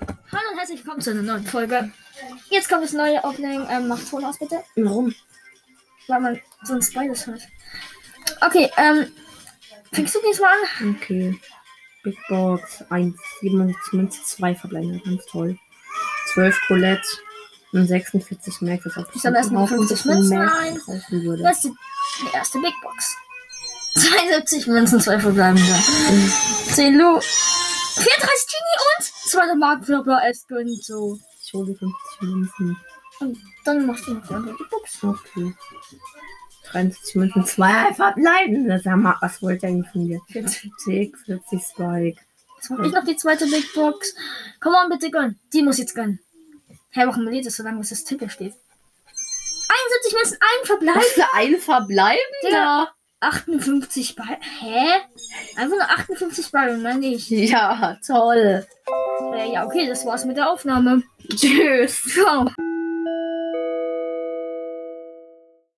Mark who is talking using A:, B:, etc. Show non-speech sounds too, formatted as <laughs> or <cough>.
A: und herzlich willkommen zu einer neuen Folge. Jetzt kommt das neue Opening. Ähm, mach Ton aus, bitte.
B: Warum?
A: Weil man sonst beides hört. Okay, ähm. Fängst du diesmal an?
B: Okay. Big Box 1, 27, 2 verbleibende. Ganz toll. 12 Colette und 46 Max. Das
A: Ich soll erst mal 50 Münzen ein.
B: kaufen würde.
A: Das ist die, die erste Big Box. <laughs> 72 Münzen, 2 verbleibende. 10 Lu. 34 Genie und 2 Mark bla bla 11 Grün so.
B: Ich hole 50 Münzen.
A: Und dann machst du noch die andere Big Box.
B: Okay. 73 Münzen, 2 verbleibende. Sag mal, was wollt ihr eigentlich von mir?
A: Jetzt
B: 40, 40 Spike.
A: mach ich noch die zweite Big Box. Komm on, bitte gönn. Die muss jetzt gönnen. Hä, warum lädt es so lange, bis das Ticket steht? 71 Münzen, ein Verbleib.
B: für ein verbleibender?
A: 58 Ball. Hä? Einfach nur 58 Ball und mehr nicht.
B: Ja, toll.
A: Äh, ja, okay, das war's mit der Aufnahme.
B: Tschüss.
A: Ciao.